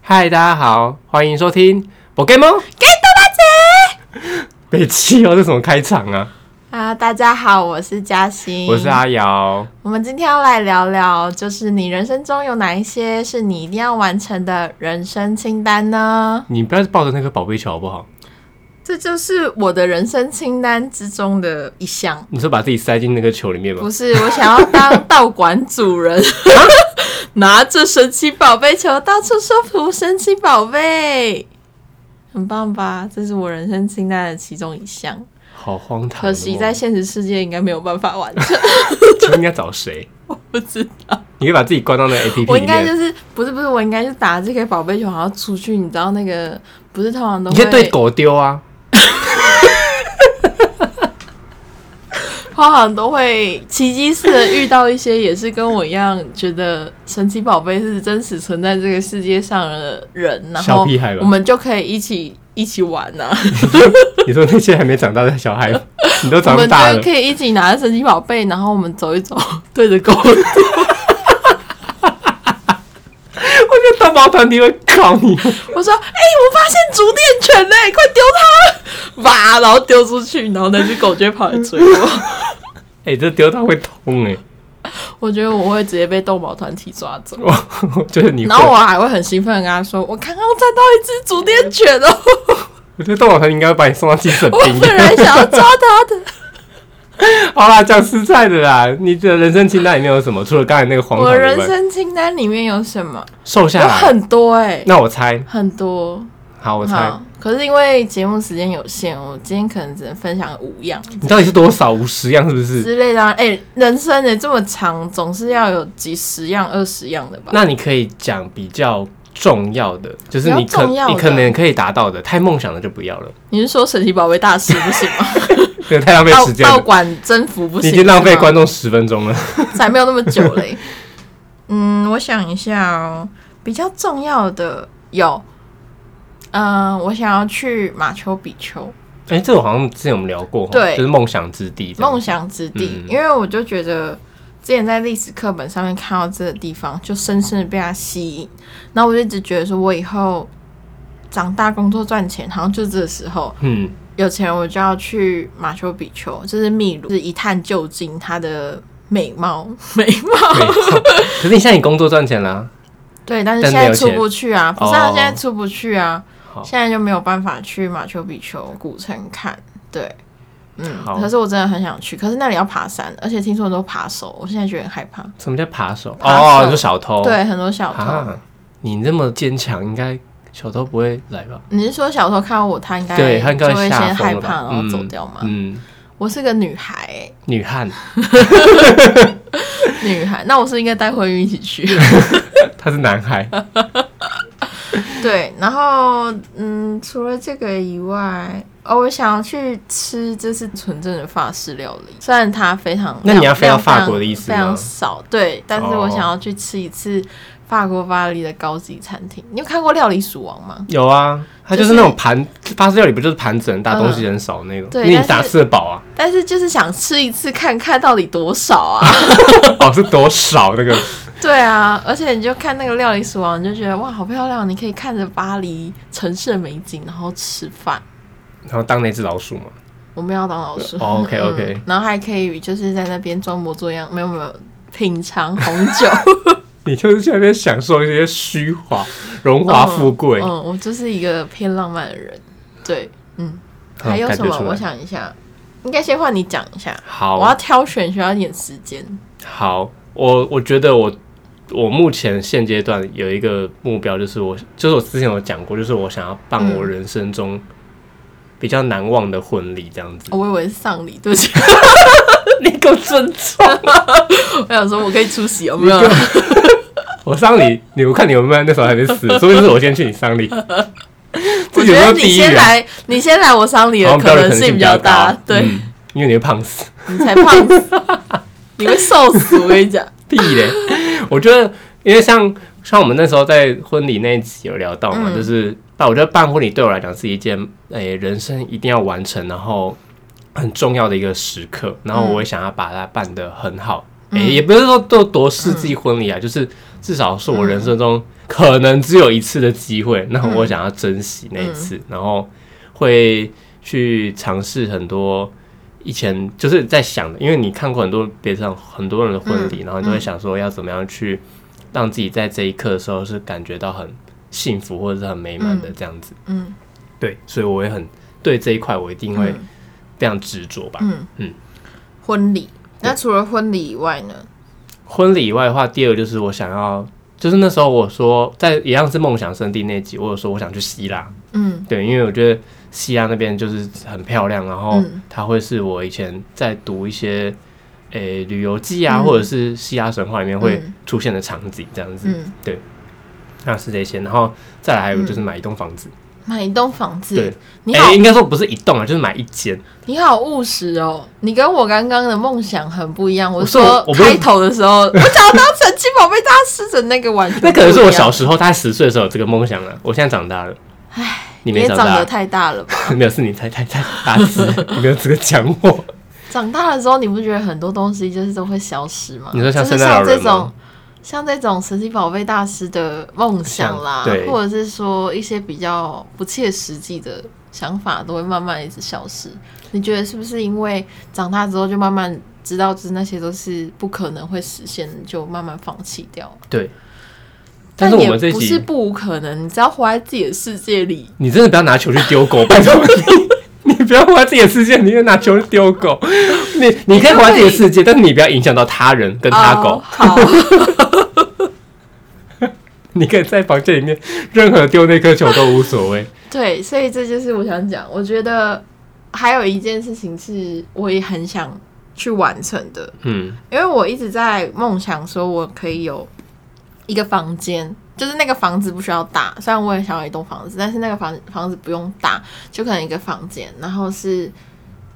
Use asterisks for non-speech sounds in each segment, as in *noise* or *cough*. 嗨，大家好，欢迎收听《我 g a m e *laughs* 北七哦，这什么开场啊？啊，大家好，我是嘉欣，我是。阿瑶。我们今天要来聊聊，就是你人生中有哪一些是你一定要完成的人生清单呢？你不要抱着那颗宝贝球好不好？这就是我的人生清单之中的一项。你说把自己塞进那个球里面吗不？是，我想要当道馆主人， *laughs* 拿着神奇宝贝球到处收服神奇宝贝，很棒吧？这是我人生清单的其中一项，好荒唐的梦！可惜在现实世界应该没有办法完成，请问应该找谁？不知道。你可以把自己关到那个 APP 我里应该面。就是不是不是，我应该就打这个宝贝球，然后出去，你知道那个不是通常都你可以对会，狗丢啊！通常都会奇迹似的遇到一些也是跟我一样觉得神奇宝贝是真实存在这个世界上的人，然小后屁孩吧我们就可以一起一起玩啊呐、你说那些还没长大的小孩，你都 *laughs* 我长们大就了可，以一起拿着神奇宝贝，然后我们走一走， *laughs* 对着狗。我觉得蛋包团体会搞你。 *laughs* 我说：“哎、我发现主电犬嘞、快丢它！” *laughs* 哇，然后丢出去，然后那只狗就会跑来追我。 *laughs* 哎，这丢到会痛哎！ *laughs* 我觉得我会直接被动保团体抓走，我就是你会然，后我还会很兴奋地跟他说：“我刚刚站到一只竹电犬哦，我觉得动物团应该把你送到精神我 *laughs* 病本院。来想要抓它 *laughs* 的。好啦，讲实在的啦，你的人生清单里面有什么？除了刚才那个”黄我糖以人外，生清单里面有什么？瘦有下来。很多哎、那我猜，很多。好，我猜好，，可是因为节目时间有限，我今天可能只能分享五样你到底是多少？五十样是不是？之类的啊。哎、人生哎、这么长，总是要有几十样、二十样的吧？那你可以讲比较重要的，就是你比较可重要的你可能可以达到的，太梦想的就不要了，你是说神奇宝贝大师不行吗？这个太浪 *laughs* 费道时间道了。馆征服不你行？已经浪费是吗观众十分钟了。 *laughs* 才没有那么久嘞。 *laughs* 嗯，我想一下哦，比较重要的有，嗯、我想要去马丘比丘哎、这个好像之前我们聊过，对就是梦想之地这样。梦想之地，嗯因为我就觉得之前在历史课本上面看到这个地方，就深深的被它吸引，然后我就一直觉得说我以后。长大工作赚钱，好像就这时候嗯，有钱人我就要去马丘比丘，就是秘鲁，就是一探究竟它的美貌， *laughs* 美貌。对。 *laughs* 可是你现在你工作赚钱啦，对，但是但现是在没有出钱不去啊，不是啊，哦现在出不去啊好，现在就没有办法去马丘比丘古城看。对，嗯，好可是我真的很想去，可是那里要爬山，啊而且听说都扒手，我现在觉得很害怕。什么叫扒手？扒手哦，就小偷。对，很多小偷，啊，你这么坚强，应该小偷不会来吧？你是说小偷看到我，他应该对，他应就该会吓先害疯了怕，吧？然后走掉吗？嗯，嗯我是个女孩、欸，女汉，女孩，那我是应该带慧玉一 *laughs* 起去。他是男 *laughs* 孩。对，然后嗯，除了这个以外，哦，我想要去吃就是纯正的法式料理，虽然它非常那你要量飞到量非法常国的意思非吗常少，对，但是我哦想要去吃一次法国巴黎的高级餐厅。你有看过《料理鼠王》吗？有啊，它就是那种盘，法式料理不就是盘子很大，嗯东西很少那种，对因为你但是打吃得饱啊。 *laughs* 但是就是想吃一次看看到底多少 *laughs* 啊，哦，是多少那个？对啊，而且你就看那个《料理鼠王》，你就觉得哇，好漂亮！你可以看着巴黎城市的美景，然后吃饭。然后当那只老鼠嘛。我们要当老师。哦，OK，OK 嗯然后还可以就是在那边装模作样，没有没有品尝红酒， *laughs* 你就是在那边享受一些虚华、荣华富贵，嗯，嗯我就是一个偏浪漫的人。对，嗯，嗯还有感什觉么？出来我想一下，应该先换你讲一下。我要好啊挑选需要一点时间。好，我我觉得我我目前现阶段有一个目标，就是我就是我之前有讲过，就是我想要办我嗯人生中比较难忘的婚礼，这样子。哦我以为是丧礼，对不起， *laughs* 你够尊重。 *laughs* 我想说我可以出席，有没有你？我丧礼，你我看你有没有那时候还没死，所以是我先去你丧礼。我这觉有没得有你第一先人？来，你先来我丧礼好像的标准能性性比比较大大，，对嗯因为你会胖死，你才胖死， *laughs* 你会瘦死，我跟你讲。 *laughs* 屁嘞！我觉得，因为像像我们那时候在婚礼那一集有聊到嘛，嗯就是办，我觉得办婚礼对我来讲是一件，诶、人生一定要完成，然后很重要的一个时刻，然后我也想要把它办得很好，诶、也不是说多多世纪婚礼啊，就是至少是我人生中可能只有一次的机会，那我想要珍惜那一次，然后会去尝试很多以前就是在想的，因为你看过很多别上很多人的婚嗯礼，然后你都会想说要怎么样去让自己在这一刻的时候是感觉到很幸福或者是很美满的这样子。 *laughs* 嗯对，所以我也很对这一块，我一定会嗯非常执着吧。嗯嗯婚礼。那除了婚礼以外呢？婚礼以外的话，第二个就是我想要，就是那时候我说在一样是梦想圣地那集，我有说我想去希腊，嗯对，因为我觉得希腊那边就是很漂亮，然后嗯它会是我以前在读一些诶、旅游记啊，嗯或者是希腊神话里面会嗯出现的场景这样子，嗯，那是这些，然后再来还有就是买一栋房子，买一栋房子对，你诶、好，应该说不是一栋啊，就是买一间，你好务实哦。你跟我刚刚的梦想很不一样。我是我说我不是开头的时候，我想要当神奇宝贝大师的那个玩具， *laughs* 那可能是我小时候大概十岁的时候有这个梦想了，我现在长大了，唉，你你没啊也长长大得。太大了吧？没有，是你太太太大只，你没有资格讲 *laughs* 我。长大了之后，你不觉得很多东西就是都会消失吗？你说像就是圣诞老像人这吗种，像这种神奇宝贝大师的梦想啦像，对或者是说一些比较不切实际的想法，都会慢慢一直消失。你觉得是不是因为长大之后就慢慢知道，就是那些都是不可能会实现的，就慢慢放弃掉？对，但是我也们这一不是集，不可能，你只要活在自己的世界里，你真的不要拿球去丢 *laughs* 狗，拜托你，你不要活在自己的世界，你就拿球去丢 *laughs* 狗。你你可以活在自己的世界，但是你不要影响到他人跟他狗。哦好，你可以在房间里面任何丢那颗球都无所谓。对，所以这就是我想讲。我觉得还有一件事情是我也很想去完成的， *laughs* 嗯因为我一直在梦想说我可以有一个房间，就是那个房子不需要大，虽然我也想要一栋房子，但是那个房房子不用大，就可能一个房间，然后是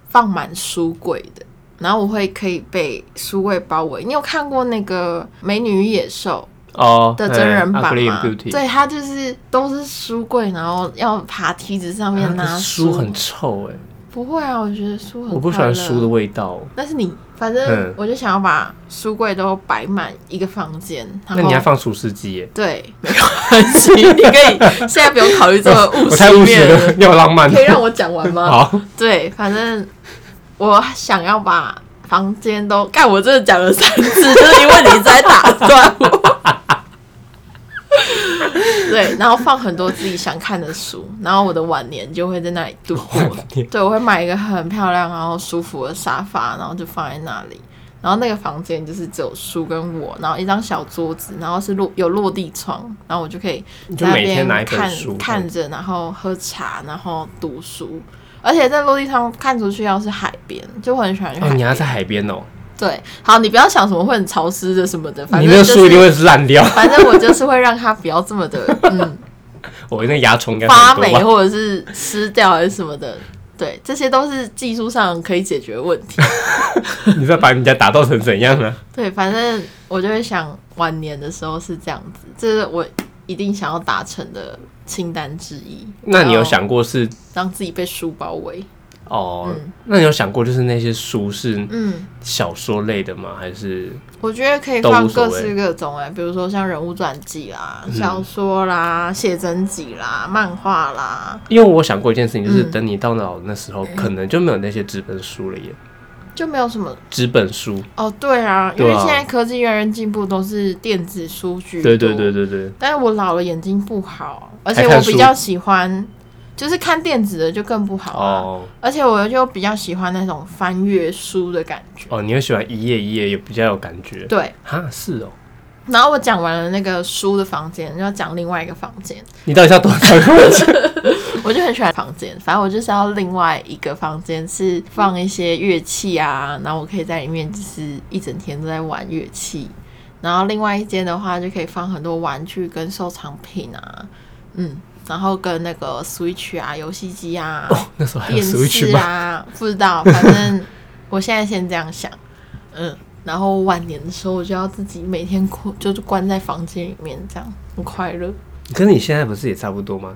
放满书柜的。然后我会可以被书柜包围。你有看过那个《美女与野兽》？哦的真人嗯版嘛， ，Ugly and Beauty 对，它就是都是书柜，然后要爬梯子上面拿啊书很臭哎、不会啊，我觉得书很我不喜欢快乐书的。味道。但是你反嗯正我就想要把书柜都摆满一个房间，然那后你还放除湿机耶？对， *laughs* *laughs* 没关系，你可以现在不用考虑这么务我太务实实面了，了， *laughs* 你好浪漫。可以让我讲完吗？好，对，反正我想要把房间都干，我真的讲了三次，就是因为你在打断我。 *laughs* 对，然后放很多自己想看的书，然后我的晚年就会在那里度 *laughs* 过。对，我会买一个很漂亮然后舒服的沙发，然后就放在那里。然后那个房间就是只有书跟我，然后一张小桌子，然后是落有落地窗，然后我就可以 *laughs* 你就在那每天边拿一本看书看着，然后喝茶，然后读书。而且在落地窗看出去要是海边，就我很喜欢去海哦，你边。还在海边哦，对，好，你不要想什么会很潮湿的什么的，反你正那就个书一定是，会烂掉。 *laughs* 反正我就是会让它不要这么 *laughs* 的，嗯，我那牙虫应该发很多霉吧？或者是湿掉还是什么的。对，这些都是技术上可以解决的问题。 *laughs* 你在把人家打造成怎样呢？对，反正我就会想晚年的时候是这样子，这是我一定想要达成的清单之一。那你有然后想过是让自己被书包围？哦？嗯那你有想过就是那些书是嗯，小说类的吗？还是我觉得可以都放无所各谓嗯式各种哎、比如说像人物传记啦、小说啦、写真集啦、漫画啦，因为我想过一件事情，就是嗯等你到老那时候，可能就没有那些纸本书了耶。就没有什么纸本书，哦。对啊，因对为啊现在科技越来越进步，都是电子书居对对多对对对，但是我老了眼睛不好，而且还看我书比较喜欢，就是看电子的就更不好啊。哦而且我就比较喜欢那种翻阅书的感觉。哦，你会喜欢一页一页，也比较有感觉。对，哈，是哦，然后我讲完了那个书的房间，要讲另外一个房间，你到底是要多少个问题？我就很喜欢房间。反正我就是要另外一个房间是放一些乐器啊，然后我可以在里面就是一整天都在玩乐器。然后另外一间的话，就可以放很多玩具跟收藏品啊，嗯，然后跟那个 Switch 啊、游戏机啊、 *laughs* 那时候哦还有电 Switch 视吗？啊，不知道，反正我现在先这样想，嗯，然后晚年的时候我就要自己每天哭，就是关在房间里面，这样很快乐。 *laughs* 可是你现在不是也差不多 *laughs* 吗？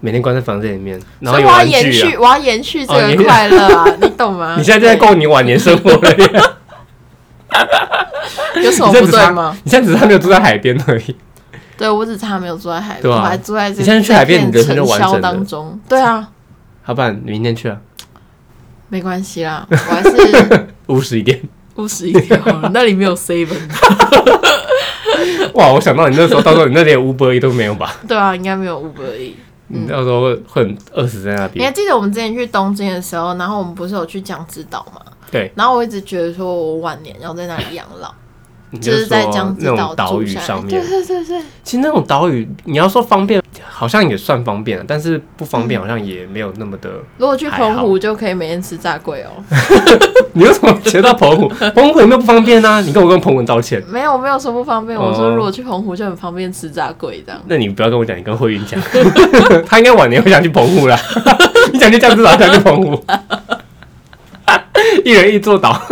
每天关在房间里面，然后所以有我要玩延具 *laughs* 续，啊。我要延续这哦延续 *laughs* *laughs* 个快乐啊，你懂吗？你现在就在对过你晚年生活了耶。有什么你这样不子对差吗？？ *laughs* 你现在只是还没有住在海边而已。对我只差没有住在海边，对啊我还住在这你现在去海边这你人生片就尘完嚣整了当中。对啊，好，不然明天去啊，没关系啦， *laughs* 我还是五十一点。 *laughs* 务实一点好了。那里没有 seven，哇，我想到你那时候，到时候你那连 Uber E 都没有吧？对啊，应该没有 Uber 而已。你到时候会会很饿死在那你还边。记得我们之前去东京的时候，然后我们不是有去江之岛吗？对，然后我一直觉得说我晚年要在那里养老，你就是在江之那种岛岛住屿下来上面对，对对对，其实那种岛屿，你要说方便，好像也算方便了，啊但是不方嗯便好像也没有那么的。 *laughs* 如果去还澎好湖就可以每天吃炸龟哦。你为什么觉得到澎 *laughs* 湖？澎湖有没有不方便呢、啊？你跟我跟澎湖道歉。没有，我没有说不方便，哦我说如果去澎湖就很方便吃炸龟这样。那你不要跟我讲，你跟慧云讲， *laughs* 他应该晚年会想去澎湖啦。 *laughs* 你想去江之岛，想去澎湖， *laughs* 一人一座岛，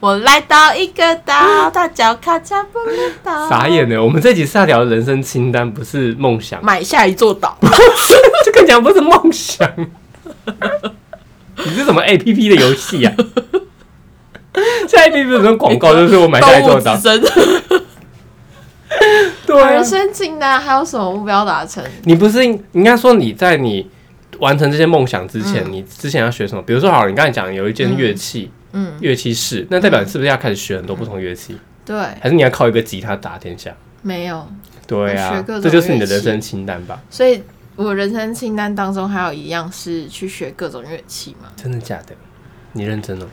我来到一个岛，大脚卡加布列岛，啊傻眼了。我们这集是要聊人生清单，不是梦想，买下一座岛。 *laughs* 这个讲不是梦想。你是什么 A P P 的游戏 *laughs* 啊？现在 A P P 有什么广告？就是我买下一动座物岛之，森，对啊人，生清单还有什么目标达成？你不是应应该说你在你完成这些梦想之前，你之前要学什么？比如说，好了，你刚才讲有一件乐器，嗯，乐器室，那代表你是不是要开始学很多不同乐器？对，还是你要靠一个吉他打天下？没有，对我啊学各，种这就是你的人生清单吧？所以我人生清单当中还有一样是去学各种乐器嘛，真的假的？你认真哦了？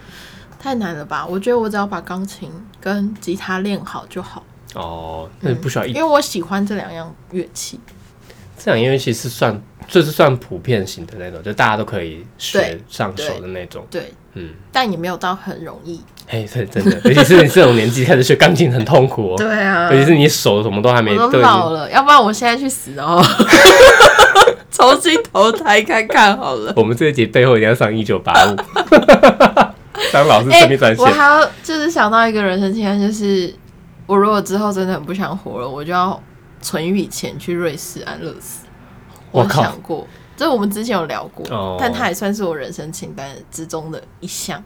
太难了吧？我觉得我只要把钢琴跟吉他练好就好，哦，那不需要一因为我喜欢这两样乐器。这两样乐器是算就是算普遍型的那种，就大家都可以学对上手的那种。对，嗯，但也没有到很容易。嘿，是真的， *laughs* 尤其是你这种年纪开始学钢琴很痛苦哦，对啊尤其是你手什么都还没我都已经老了，要不然我现在去死哦， *laughs* 重新投胎看看好了。我们这一集背后一定要上一九八 *laughs* 五，当老师生命专线哎我。还要就是想到一个人生清单，就是我如果之后真的很不想活了，我就要存一笔钱去瑞士安乐死。我我靠想过，这我们之前有聊过，哦但它也算是我人生清单之中的一项。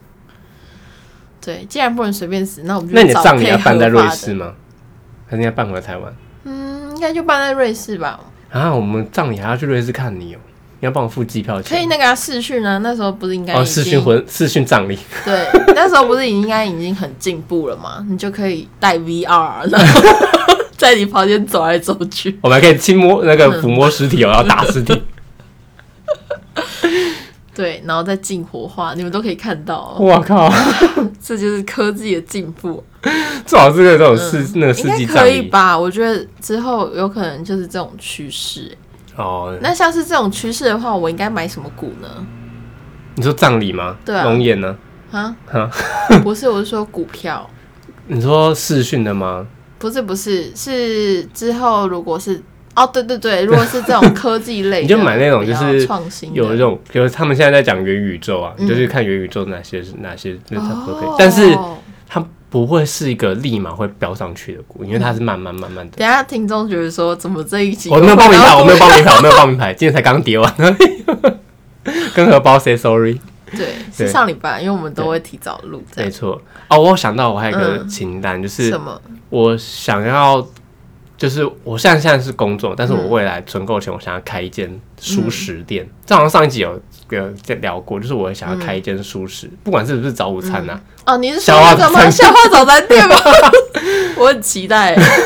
对，既然不能随便死，那我们就那你的找葬可礼以要办在合瑞法的士？吗？还是要办回来台湾？嗯，应该就办在瑞士吧。啊，我们葬礼还要去瑞士看你哦，你要帮我付机票可以钱。那个啊视讯啊，那时候不是应该已哦，经视讯婚视讯葬礼，对，那时候不是应该已经很进步了吗？你就可以带 VR，然后 *laughs* 在你旁边走来走去。我们还可以亲摸那嗯个抚摸尸体哦，然后打尸 *laughs* 体。对，然后再进火化，你们都可以看到哦、我靠，这就是科技的进步。最好是那种世那个世嗯应该纪葬可以礼吧？我觉得之后有可能就是这种趋势。哦。那像是这种趋势的话，我应该买什么股呢？你说葬礼吗？对啊龙眼呢？啊哈， *laughs* 不是，我是说股票，你说视讯的吗？不是不是，是之后如果是哦，对对对，如果是这种科技类的， *laughs* 你就买那种比较就是创新的有一种，比如他们现在在讲元宇宙啊，嗯你就去看元宇宙哪些是哪些，那差不多可以哦。但是它不会是一个立马会飙上去的股，嗯因为它是慢慢慢慢的。等一下听众觉得说，怎么这一集我没有报名牌，到我没有报名牌，我没有报名牌，今天才刚 *laughs* 叠完而已。跟荷包 say sorry，对，对是上礼拜，因为我们都会提早录这没样。错。哦，我想到我还有一个嗯清单，就是什么？我想要，就是我现在现在是工作，但是嗯我未来存够钱，我想要开一间熟食店。这好像上一集有有在聊过，就是我想要开一间熟食，嗯不管是不是早午餐啊呐、哦，你是说消化那个吗？早餐笑话早餐 *laughs* 店吗？我很期待。欸嗯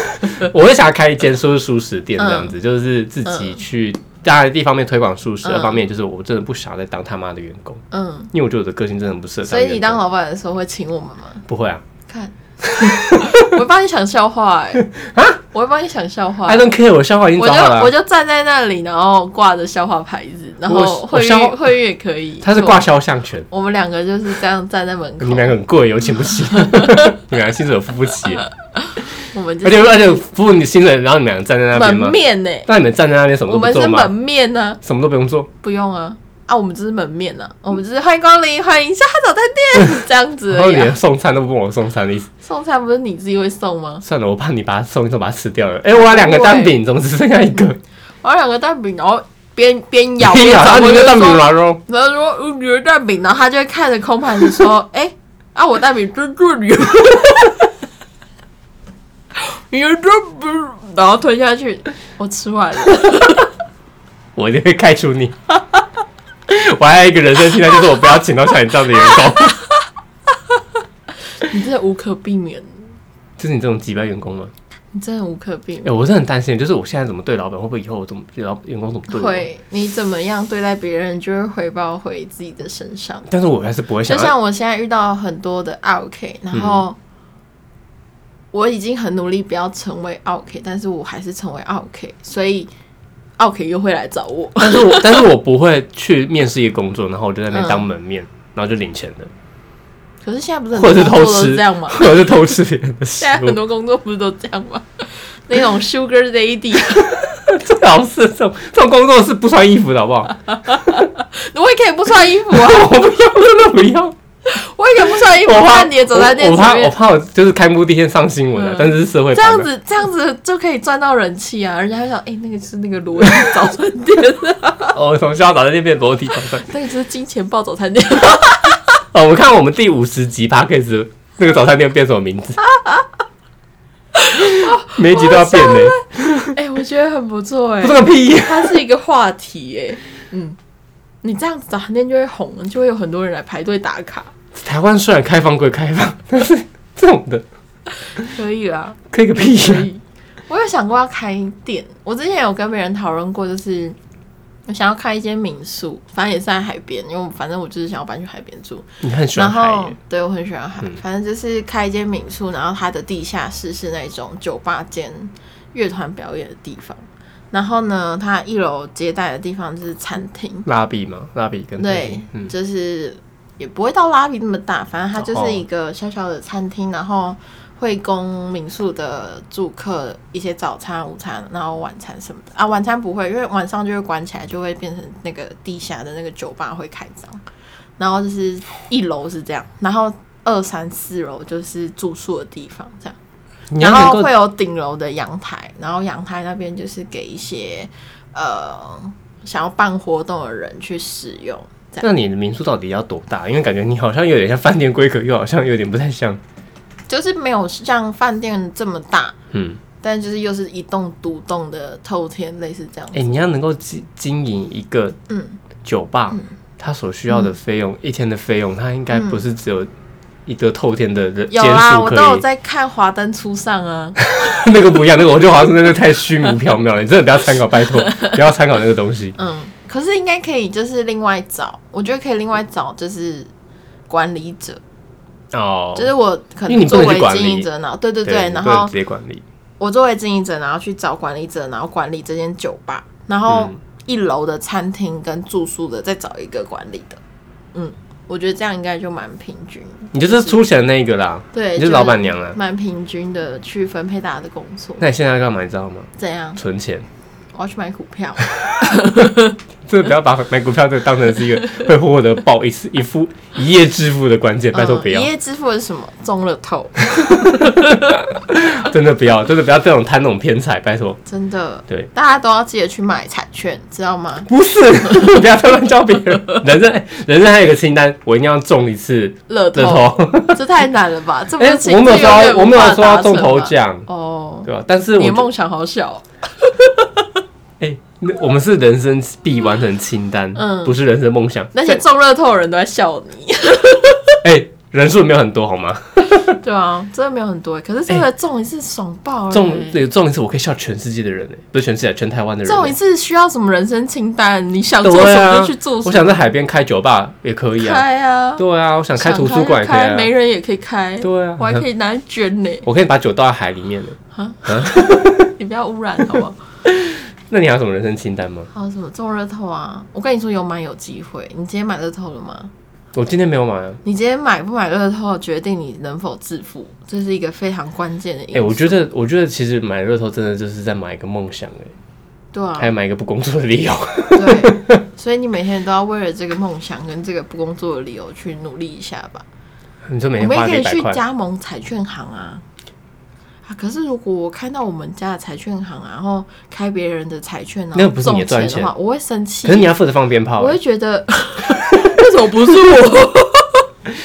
我会想要开一间说是素食 *laughs* 店这样子，就是自己去，当然一方面推广素食，嗯二方面就是我真的不想再当他妈的员工，嗯，因为我觉得我的个性真的不适合所当员工。以你当老板的时候会请我们吗？不会啊看，我会帮你想笑话 *laughs* 哎，我会帮你想笑话？I。don't care，我笑啊话已经我找就好了啊、我就站在那里，然后挂着笑话牌子，然后我会我运消会运也可以。他是挂肖像权，我们两个就是这样站在门口你们，两个很贵，有请不 *laughs* 起，你们两个薪水付不起，我们就而且而且付你薪水，然后你们两个站在那边吗门？面欸呢，那你们站在那边什么我都不们做是门吗？面呢。什么都不用做，不用啊，啊，我们只是门面啊，我们只是欢迎光临，欢迎下早餐店 *laughs* 这样子然后而已、连啊。送餐都不帮我送餐的意思。送餐不是你自己会送吗？算了，我怕你把它送一送，把它吃掉了。哎、我要两个蛋饼，怎么只剩下一个？我要两个蛋饼，然后边边咬 *laughs* 天边啊，找，你我就的蛋饼说，马肉。然后说嗯你的 *laughs* 蛋 *laughs* 饼，然后他就会看着空盘子说，哎、啊，我蛋饼真这里。然后吞下去，我吃完了。我一定会开除你。 *laughs* 我还有一个人生清单，就是我不要请到像你这样的员工。你真的无可避免， *laughs* 就是你这种几百员工吗？你真的无可避哎、免。我是很担心，就是我现在怎么对老板，会不会以后我怎么对老员工怎么对我？会，你怎么样对待别人，就会回报回自己的身上。但是我还是不会就想要。像我现在遇到很多的 OK，然后我已经很努力不要成为 OK，但是我还是成为 OK，所以 OK 又会来找我。但是我但是我不会去面试一个工作，然后我就在那边嗯当门面，然后就领钱的，可是现在不是很或多者是工偷作都吃是这样吗？或者是偷吃别人的食现在很物。多工作不是都这样吗？那种 Sugar Lady，最好是这种这种工作是不穿衣服的好不好？我也可以不穿衣服啊，我不要，真的不要。哎我也可以不穿衣服，我怕半你也走在店我我前怕我面，怕我就是开幕第一天上新闻了、啊嗯但是是社会这版样的。子这样子就可以赚到人气啊！人家会想，哎、那个是那个裸体早餐店，哦，从校长在那边裸体上班。 *laughs* 那个就是金钱豹早餐店。哦，我看我们第五十集 p a c k a g e 那个早餐店变什么名 *laughs* 字？每一集都要变呢、 *laughs* 哎、我觉得很不错 *laughs* 哎、不是个屁！它是一个话题哎、嗯，你这样子早餐店就会红，就会有很多人来排队打卡，台湾虽然开放归开放， *laughs* 但是这种的可以啦。可以个屁、可以。啊我有想过要开店，我之前有跟别人讨论过，就是我想要开一间民宿，反正也是在海边，因为我反正我就是想要搬去海边住。你很喜然欢海后耶，对我很喜欢海，嗯反正就是开一间民宿，然后它的地下室是那种酒吧兼乐团表演的地方。然后呢，它一楼接待的地方就是餐厅，拉比嘛，拉比跟对，嗯，就是也不会到拉比那么大，反正它就哦是一个小小的餐厅，然后会供民宿的住客一些早餐、午餐，然后晚餐什么的啊。晚餐不会，因为晚上就会关起来，就会变成那个地下的那个酒吧会开张。然后就是一楼是这样，然后二三四楼就是住宿的地方，这样。你要然能后够会有顶楼的阳台，然后阳台那边就是给一些呃想要办活动的人去使用。这样那你的民宿到底要多大？因为感觉你好像有点像饭店规格，又好像有点不太像。就是没有像饭店这么大，嗯，但就是又是一栋独栋的透天，类似这样哎、子。你要能够经经营一个嗯，酒吧，它所需要的费用，一天的费用，它应该不是只有一个透天的人间有啦，数我可都有以。在看《华灯初上》啊。 *laughs* 那个不一样，那个我就好像那个太虚无缥缈了，你真的不要参考，拜 *laughs* 托，不要参考那个东西。嗯，可是应该可以，就是另外找，我觉得可以另外找，就是管理者，哦，就是我可因为你不能作能去为管理经营者，然后对对对，你然不能后直接管理，我作为经营者，然后去找管理者，然后管理这间酒吧，然后嗯一楼的餐厅跟住宿的再找一个管理的，嗯，我觉得这样应该就蛮平均的，你就是出钱的那个啦，对，你就是老板娘啦。蛮平均的去分配大家的工作。那你现在要干嘛？你知道吗？怎样？存钱，我要去买股票，真的不要把买股票这个当成是一个会获得报一次一夫一夜致富的关键， *laughs* 拜托不要嗯一，夜致富是什么？中了头，真的不要，真的不要这种贪那种偏财，拜托。真的。对，大家都要记得去买彩券，知道吗？不是，不要再乱教别人。人生，人生还有一个清单，我一定要中一次乐乐透，透。*laughs* *laughs* 这太难了吧？这不哎、是情我没有志说要永远我没有无法说要达中成头吧奖，哦。对吧？但是我你的觉得，梦想好小哦，哎、那我们是人生必完成清单，嗯不是人生梦想。那些中乐透的人都在笑 *laughs* 你，哎、人数没有很多好吗？对啊，真的没有很多欸，可是这个中一次爽爆了欸，哎中对中一次，我可以笑全世界的人、哎，不是全世界，全台湾的人、哎中一次需要什么人生清单？你想对做什啊么就去做什么，我想在海边开酒吧也可以啊，开啊，对啊，我想开想图书馆也就可以开，啊，没人也可以开，对啊 *laughs* 我还可以拿去 *laughs* 捐呢。我可以把酒倒在海里面的。你不要污染好不好？那你还有什么人生清单吗？还有什么中乐透啊？我跟你说有买有机会。你今天买乐透了吗？我今天没有买、啊。你今天买不买乐透决定你能否致富，这是一个非常关键的因哎、素。我觉得，我觉得其实买乐透真的就是在买一个梦想、哎、对啊还，有买一个不工作的理由。 *laughs* 对，所以你每天都要为了这个梦想跟这个不工作的理由去努力一下吧。你说每我天们花也可一以百去块，加盟彩券行啊。啊！可是如果我看到我们家的彩券行啊，然后开别人的彩券，然那后不是中你的赚的话，我会生气。可是你要负责放鞭炮、我哎会觉得， *laughs* 为什么不是我？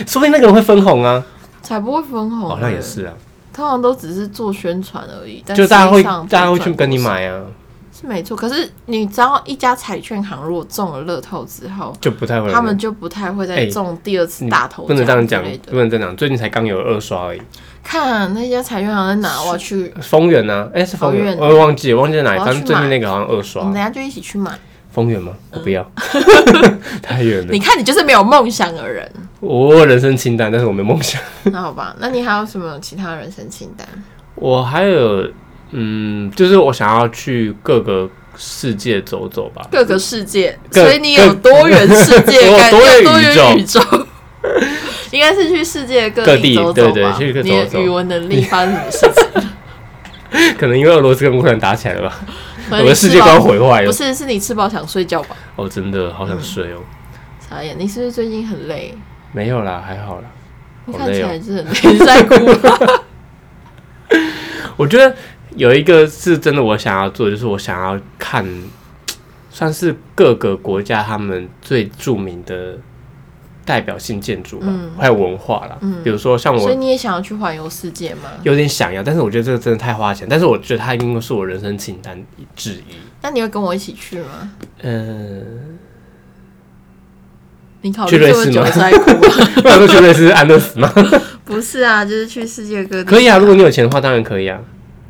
说不定那个人会分红啊。才不会分红、欸好像也。是啊，通常都只是做宣传而已，但就大家会实际上大家会去赚跟你多少买啊，是没错。可是你知道，一家彩券行如果中了乐透之后，就不太会有人。他们就不太会再哎中第二次你大头不能这样奖讲之类，不的。能这样讲。最近才刚有二刷而已，看那家彩券行在哪，我要去，丰原呢？哎，是丰丰原，原我也忘记了忘记在哪里，我要反正去最近买嗯那个好像二我们刷。等一下就一起去买。丰原吗？我不 *laughs* 要，太远了你。看，你就是没有梦想的人。我有人生清单，但是我没梦想。那好吧，那你还有什么其他人生清单？我还有，嗯，就是我想要去各个世界走走 *laughs* 吧。各个世界，各所以你有多元世界 *laughs* 我有感，多元有多宇宙元宇宙。 *laughs* 应该是去世界各各地地走对走对吧。去各你走走的语文能力发生什么事情？可能因为俄罗斯跟乌克兰打起来了吧，可 *laughs* 我能的你世吃界观饱毁坏啊不了。是，是你吃饱想睡觉吧？哦，真的好想睡哦。嗯傻眼，你是不是最近很累？没有啦，还好啦。你好看累起哦来就是很累， *laughs* 你在哭吗？我觉得有一个是真的，我想要做，就是我想要看，算是各个国家他们最著名的代表性建筑吧，嗯还有文化啦。比如说像所 *laughs* 以我你也想要去环游世界吗？有点想要，但是我觉得这个真的太花钱，但是我觉得它应该是我人生清单之一。那你会跟我一起去吗？嗯，你考去虑瑞这么士久吗在哭 *laughs* 吗？ *laughs* 不然说去瑞士安乐死吗？不是啊，就是去世界各地。 *laughs* 可以啊，如果你有钱的话，当然可以啊。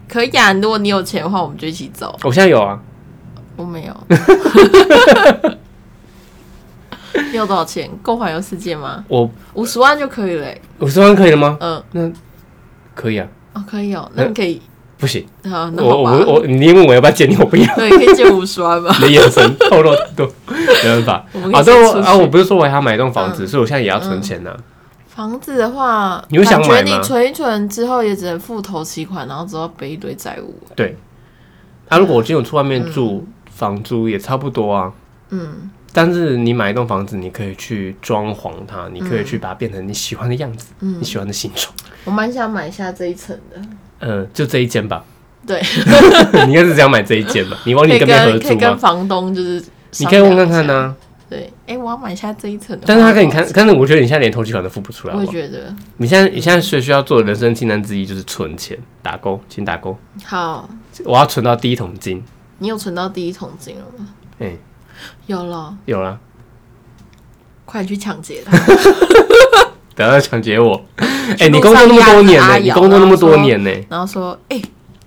可以啊，如果你有钱的话，我们就一起走。我现在有啊，我没有。 *laughs* 你有多少钱？够环游世界吗？我五十万就可以了欸、五十万可以了吗？嗯，可以啊，哦，可以哦。那你可以，不行，好，那我好吧我。我，你问我要不要借你，我不要。对，可以借五十万吧。 *laughs* 你的眼神透露很多，没办法我。们可啊，以先但我出去嗯啊，我不是说我还要买一栋房子，所以我现在也要存钱呢、房子的话，你会想感觉买吗你存一存之后，也只能付头期款，然后之后背一堆债务。对，啊，如果我今天有出外面住，房租也差不多啊。嗯，但是你买一栋房子，你可以去装潢它，你可以嗯去把它变成你喜欢的样子，你喜欢的形状。我蛮想买下这一层的。嗯、就这一间吧，对， *laughs* 你应该是只要买这一间吧？你忘可记以跟别人合跟可租以跟吗？房东就是，你可以问看看呢、。啊对，哎、我要买下这一层的话，但是他跟你看多少，钱，但是我觉得你现在连头期款都付不出来我好也不好觉得你现在你现在最需要做的人生清单之一就是存钱，打勾，请打勾。好。我要存到第一桶金。你有存到第一桶金了吗？哎、有了，有啦，快去抢劫 *laughs* 他！不要再抢劫我！ *laughs* 哎、去你路工作那么上压多年着呢、阿你瑶工作那么多然后说年呢、然后说，哎、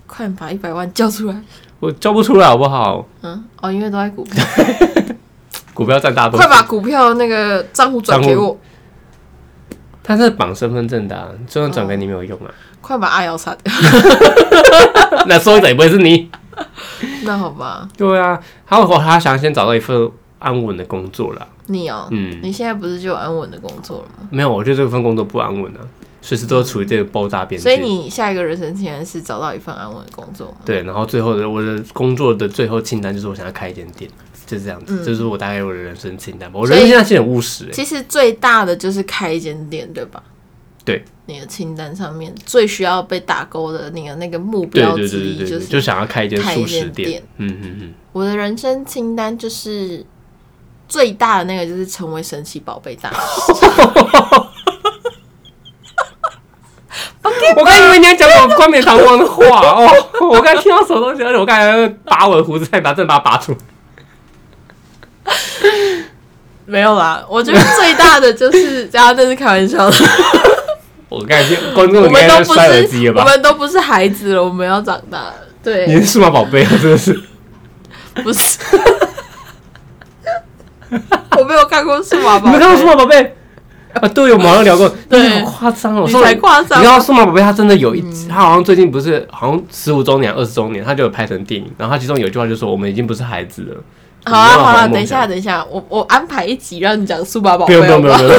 快点把一百万交出来。我交不出来好不好？嗯，哦，因为都在股 *laughs* 票，股票占大多快数。把股票那个账户转给账我，他是绑身份证的、啊，就算转给你没有用啊。快把阿瑶杀掉。 *laughs* *laughs* 哦那受益者也不会是你。那好吧，对啊，他我他想先找到一份安稳的工作啦。你哦，嗯你现在不是就有安稳的工作了吗？没有，我觉得这份工作不安稳啊，随时都处于这个爆炸边所以界。你下一个人生清单是找到一份安稳的工作吗？对，然后最后的我的工作的最后清单就是我想要开一间店，就是这样嗯子，这是我大概我的人生清单吧。我人生清单其实很务实、欸，其实最大的就是开一间店，对吧？对，你的清单上面最需要被打勾的你的那个目对标对之对一对对，是就想要开一间开一素间食店店。嗯嗯嗯，我的人生清单就是最大的那个就是成为神奇宝贝大师。我刚以为你要讲我冠冕堂皇的话哦， *laughs* 我刚听到什么东西，而且我刚才拔我的胡子，再把正把它拔出来。没有啦，我觉得最大的就是， *laughs* 大家这是开玩笑的， *laughs* 我刚才听观众我应该们在都不摔耳机是了我吧？们都不是孩子了，我们要长大了。你对是，数码宝贝啊，真的 *laughs* 是。不是。 *laughs* 我没有看过数码你宝没贝，看过数码宝贝？啊，对，我们好像聊过，对那个好夸张哦，你数码才夸张嗯你知道数码宝贝它真的有一，它好像最近不是好像十五周年、二十周年，它就有拍成电影，然后它其中有一句话就说：“我们已经不是孩子了。”好啊，好了，啊，等一下，等一下，我我安排一集让你讲数码宝不贝，用不用不用好不不用，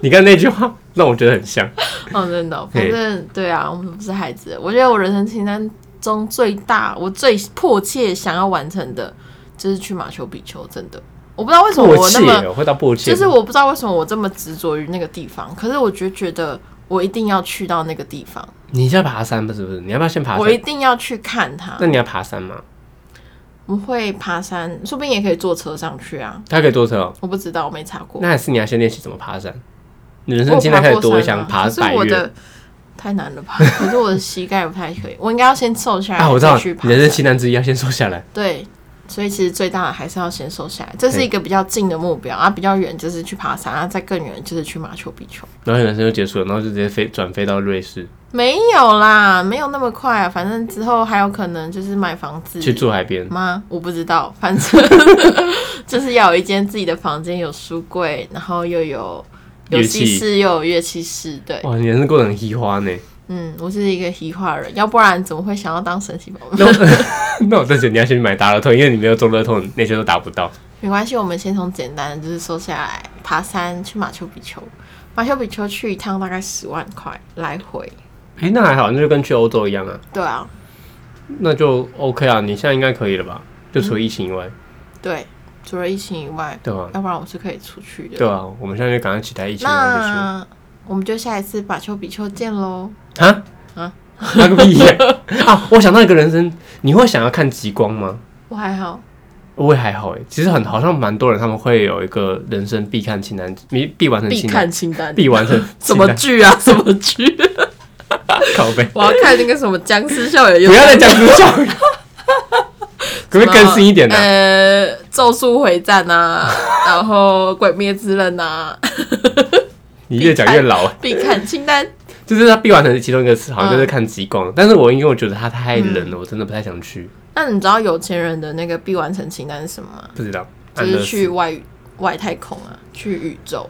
*laughs* 你刚才那句话让我觉得很像。好？哦，真的哦，嘿反正对啊，我们不是孩子。我觉得我人生清单中最大，我最迫切想要完成的，就是去马丘比丘。真的，我不知道为什么迫我那切么，哦，会到迫切吗。就是我不知道为什么我这么执着于那个地方，可是我就觉得我一定要去到那个地方，你现在爬山不是不是？你要不要先爬我一山？定要去看它那。你要爬山吗？我们会爬山，说不定也可以坐车上去啊，他可以坐车哦。我不知道，我没查过。那还是你要先练习怎么爬山。你人我生有清单开爬始过多山想啊爬可是百我越，的太难了吧？ *laughs* 可是我的膝盖不太可以，我应该要先瘦下来。啊，我知道再去爬人生山清单之一要先瘦下来。对，所以其实最大的还是要先瘦下来，这是一个比较近的目标啊，比较远就是去爬山，啊，再更远就是去马丘比丘。然后人生就结束了，然后就直接飞转飞到瑞士没有啦，没有那么快啊，反正之后还有可能就是买房子去住海边。吗？我不知道，*laughs* 反正就是要有一间自己的房间，有书柜，然后又有游乐器戏室，又有乐器室，对。哇，你人生过得很稀花 *laughs* 呢。嗯，我是一个移化人，要不然怎么会想要当神奇宝 *laughs* 贝？那我 *laughs* 那我在觉得你要先去买大乐透，因为你没有中乐透，那些都达不到。没关系，我们先从简单的，就是说下来，爬山去马丘比丘，马丘比丘去一趟大概十万块来回。哎、那还好，那就跟去欧洲一样啊，对啊，那就 OK 啊。你现在应该可以了吧？就除了疫情以外，嗯对，除了疫情以外，对吧、要不然我是可以出去的。对啊，我们现在就赶快期待疫情然后结束。那我们就下一次马丘比丘见喽。啊啊啊，那个屁呀、 *laughs* 啊！我想到一个人生，你会想要看极光吗？我还好，我也还好诶，其实很好像蛮多人他们会有一个人生必看清单，必必完成必清单，看清单。必完 *laughs* 成什清么单 *laughs* 剧啊？什么剧？拷 *laughs* 贝？我要看那个什么僵尸校园。不要再讲出笑 *laughs* 了，可不可以更新一点呢、啊？呃，《咒术回战》啊，然后《鬼灭之刃》啊，你越讲越老，必看清单。就是他必完成的其中一个词，好嗯像就是看极光。但是我因为我觉得它太冷了，我真的不太想去，那你知道有钱人的那个必完成清单是什么吗？不知道。就安乐是死去外宇外太空啊，去宇宙。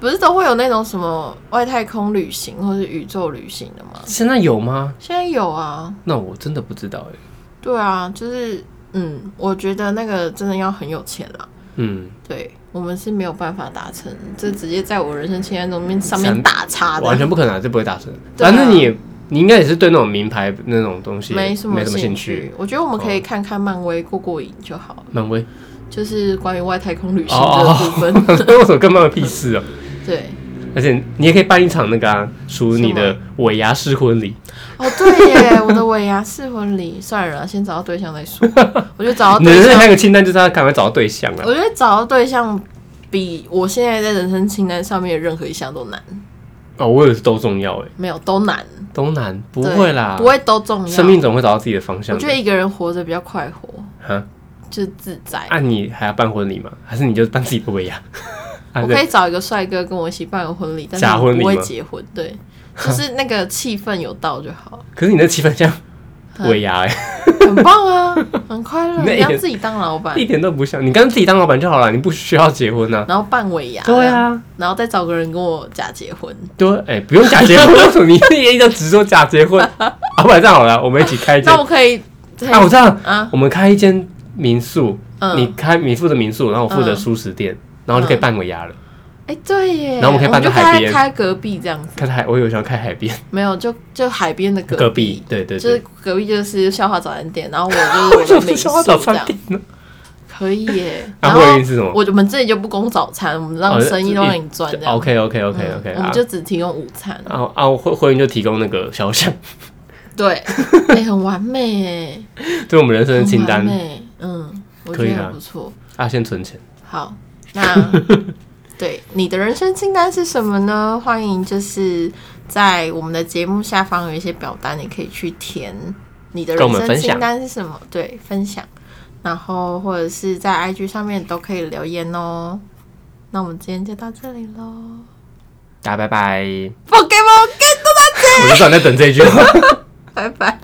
不是都会有那种什么外太空旅行或是宇宙旅行的吗？现在有吗？现在有啊，那我真的不知道哎、对啊，就是嗯，我觉得那个真的要很有钱啦。嗯，对我们是没有办法达成，这直接在我人生清单中面上三面打叉的，完全不可能、啊，这不会打成。对啊反正你也你应该也是对那种名牌那种东西没什什么么兴哦趣。。我觉得我们可以看看漫威过过瘾就好了，漫威， *laughs* 就是关于外太空旅行的哦部分。为什么跟漫威屁事哦、对，而且你也可以办一场那个啊，属于你的尾牙式婚礼，哦，对耶，我的尾牙是婚礼，算了啦，先找到对象再说。我觉得找到你的哦对那象，个清单就是要赶快找到对象啊。我觉得找到对象比我现在在人生清单上面的任何一项都难，哦，我也是都重要哎、没有都难，东南不欸对会啦，不会都重要。生命，总会找到自己的方我向觉的。得一个人活着比较快活，啊，就是自在。啊，你还要办婚礼吗？还是你就办自己的尾牙？ *laughs* 啊我可对以找一个帅哥跟我一起办个婚礼，但是假我婚礼不会吗结婚，对，就是那个气氛有到就好，可是你那气氛像嗯尾牙哎，很棒啊， *laughs* 很快乐，那你一点要自己当老 *laughs* 板，一点都不像。你刚自己当老板就好了，你不需要结婚啊 *laughs* 呐。然后办尾牙，对，啊，然后再找个人跟我假结婚，对，哎，不用假结婚，为什么你也一直只说假结 *laughs* 婚？啊，不然这样好了，我们一起开一间那我。可以，啊，我知道，啊，我们开一间民宿，嗯，你开你负责民宿，然后我负责舒适店，然后就可以办尾牙了。哎、对耶，然后我们可以搬到就海开边开隔壁这样子，开海，我有想要开海边，没有，就就海边的 *laughs* 隔隔壁，对对就是对。隔壁就是笑话早餐店，然后我 *laughs* 就是我的不民是要早宿这餐样，店呢？可以耶。啊，然会后员是什么？我们这里就不供早餐，我们让哦生意都就一让你赚这样。 OK OK OK 嗯 OK，我们就只提供午餐。啊啊，会会员就提供那个小项，对，哎，很完美耶， *laughs* 对我们人生的清哦很完单美，嗯，我可觉以得啦很不错。啊，先存钱。好，那 *laughs* 对你的人生清单是什么呢？欢迎就是在我们的节目下方有一些表单，你可以去填你的跟人我们生分享清单是什么，对，分享，然后或者是在 IG 上面都可以留言哦。那我们今天就到这里喽大家拜拜， ，Pokemon Get 我就知道你在等这一句话。拜拜。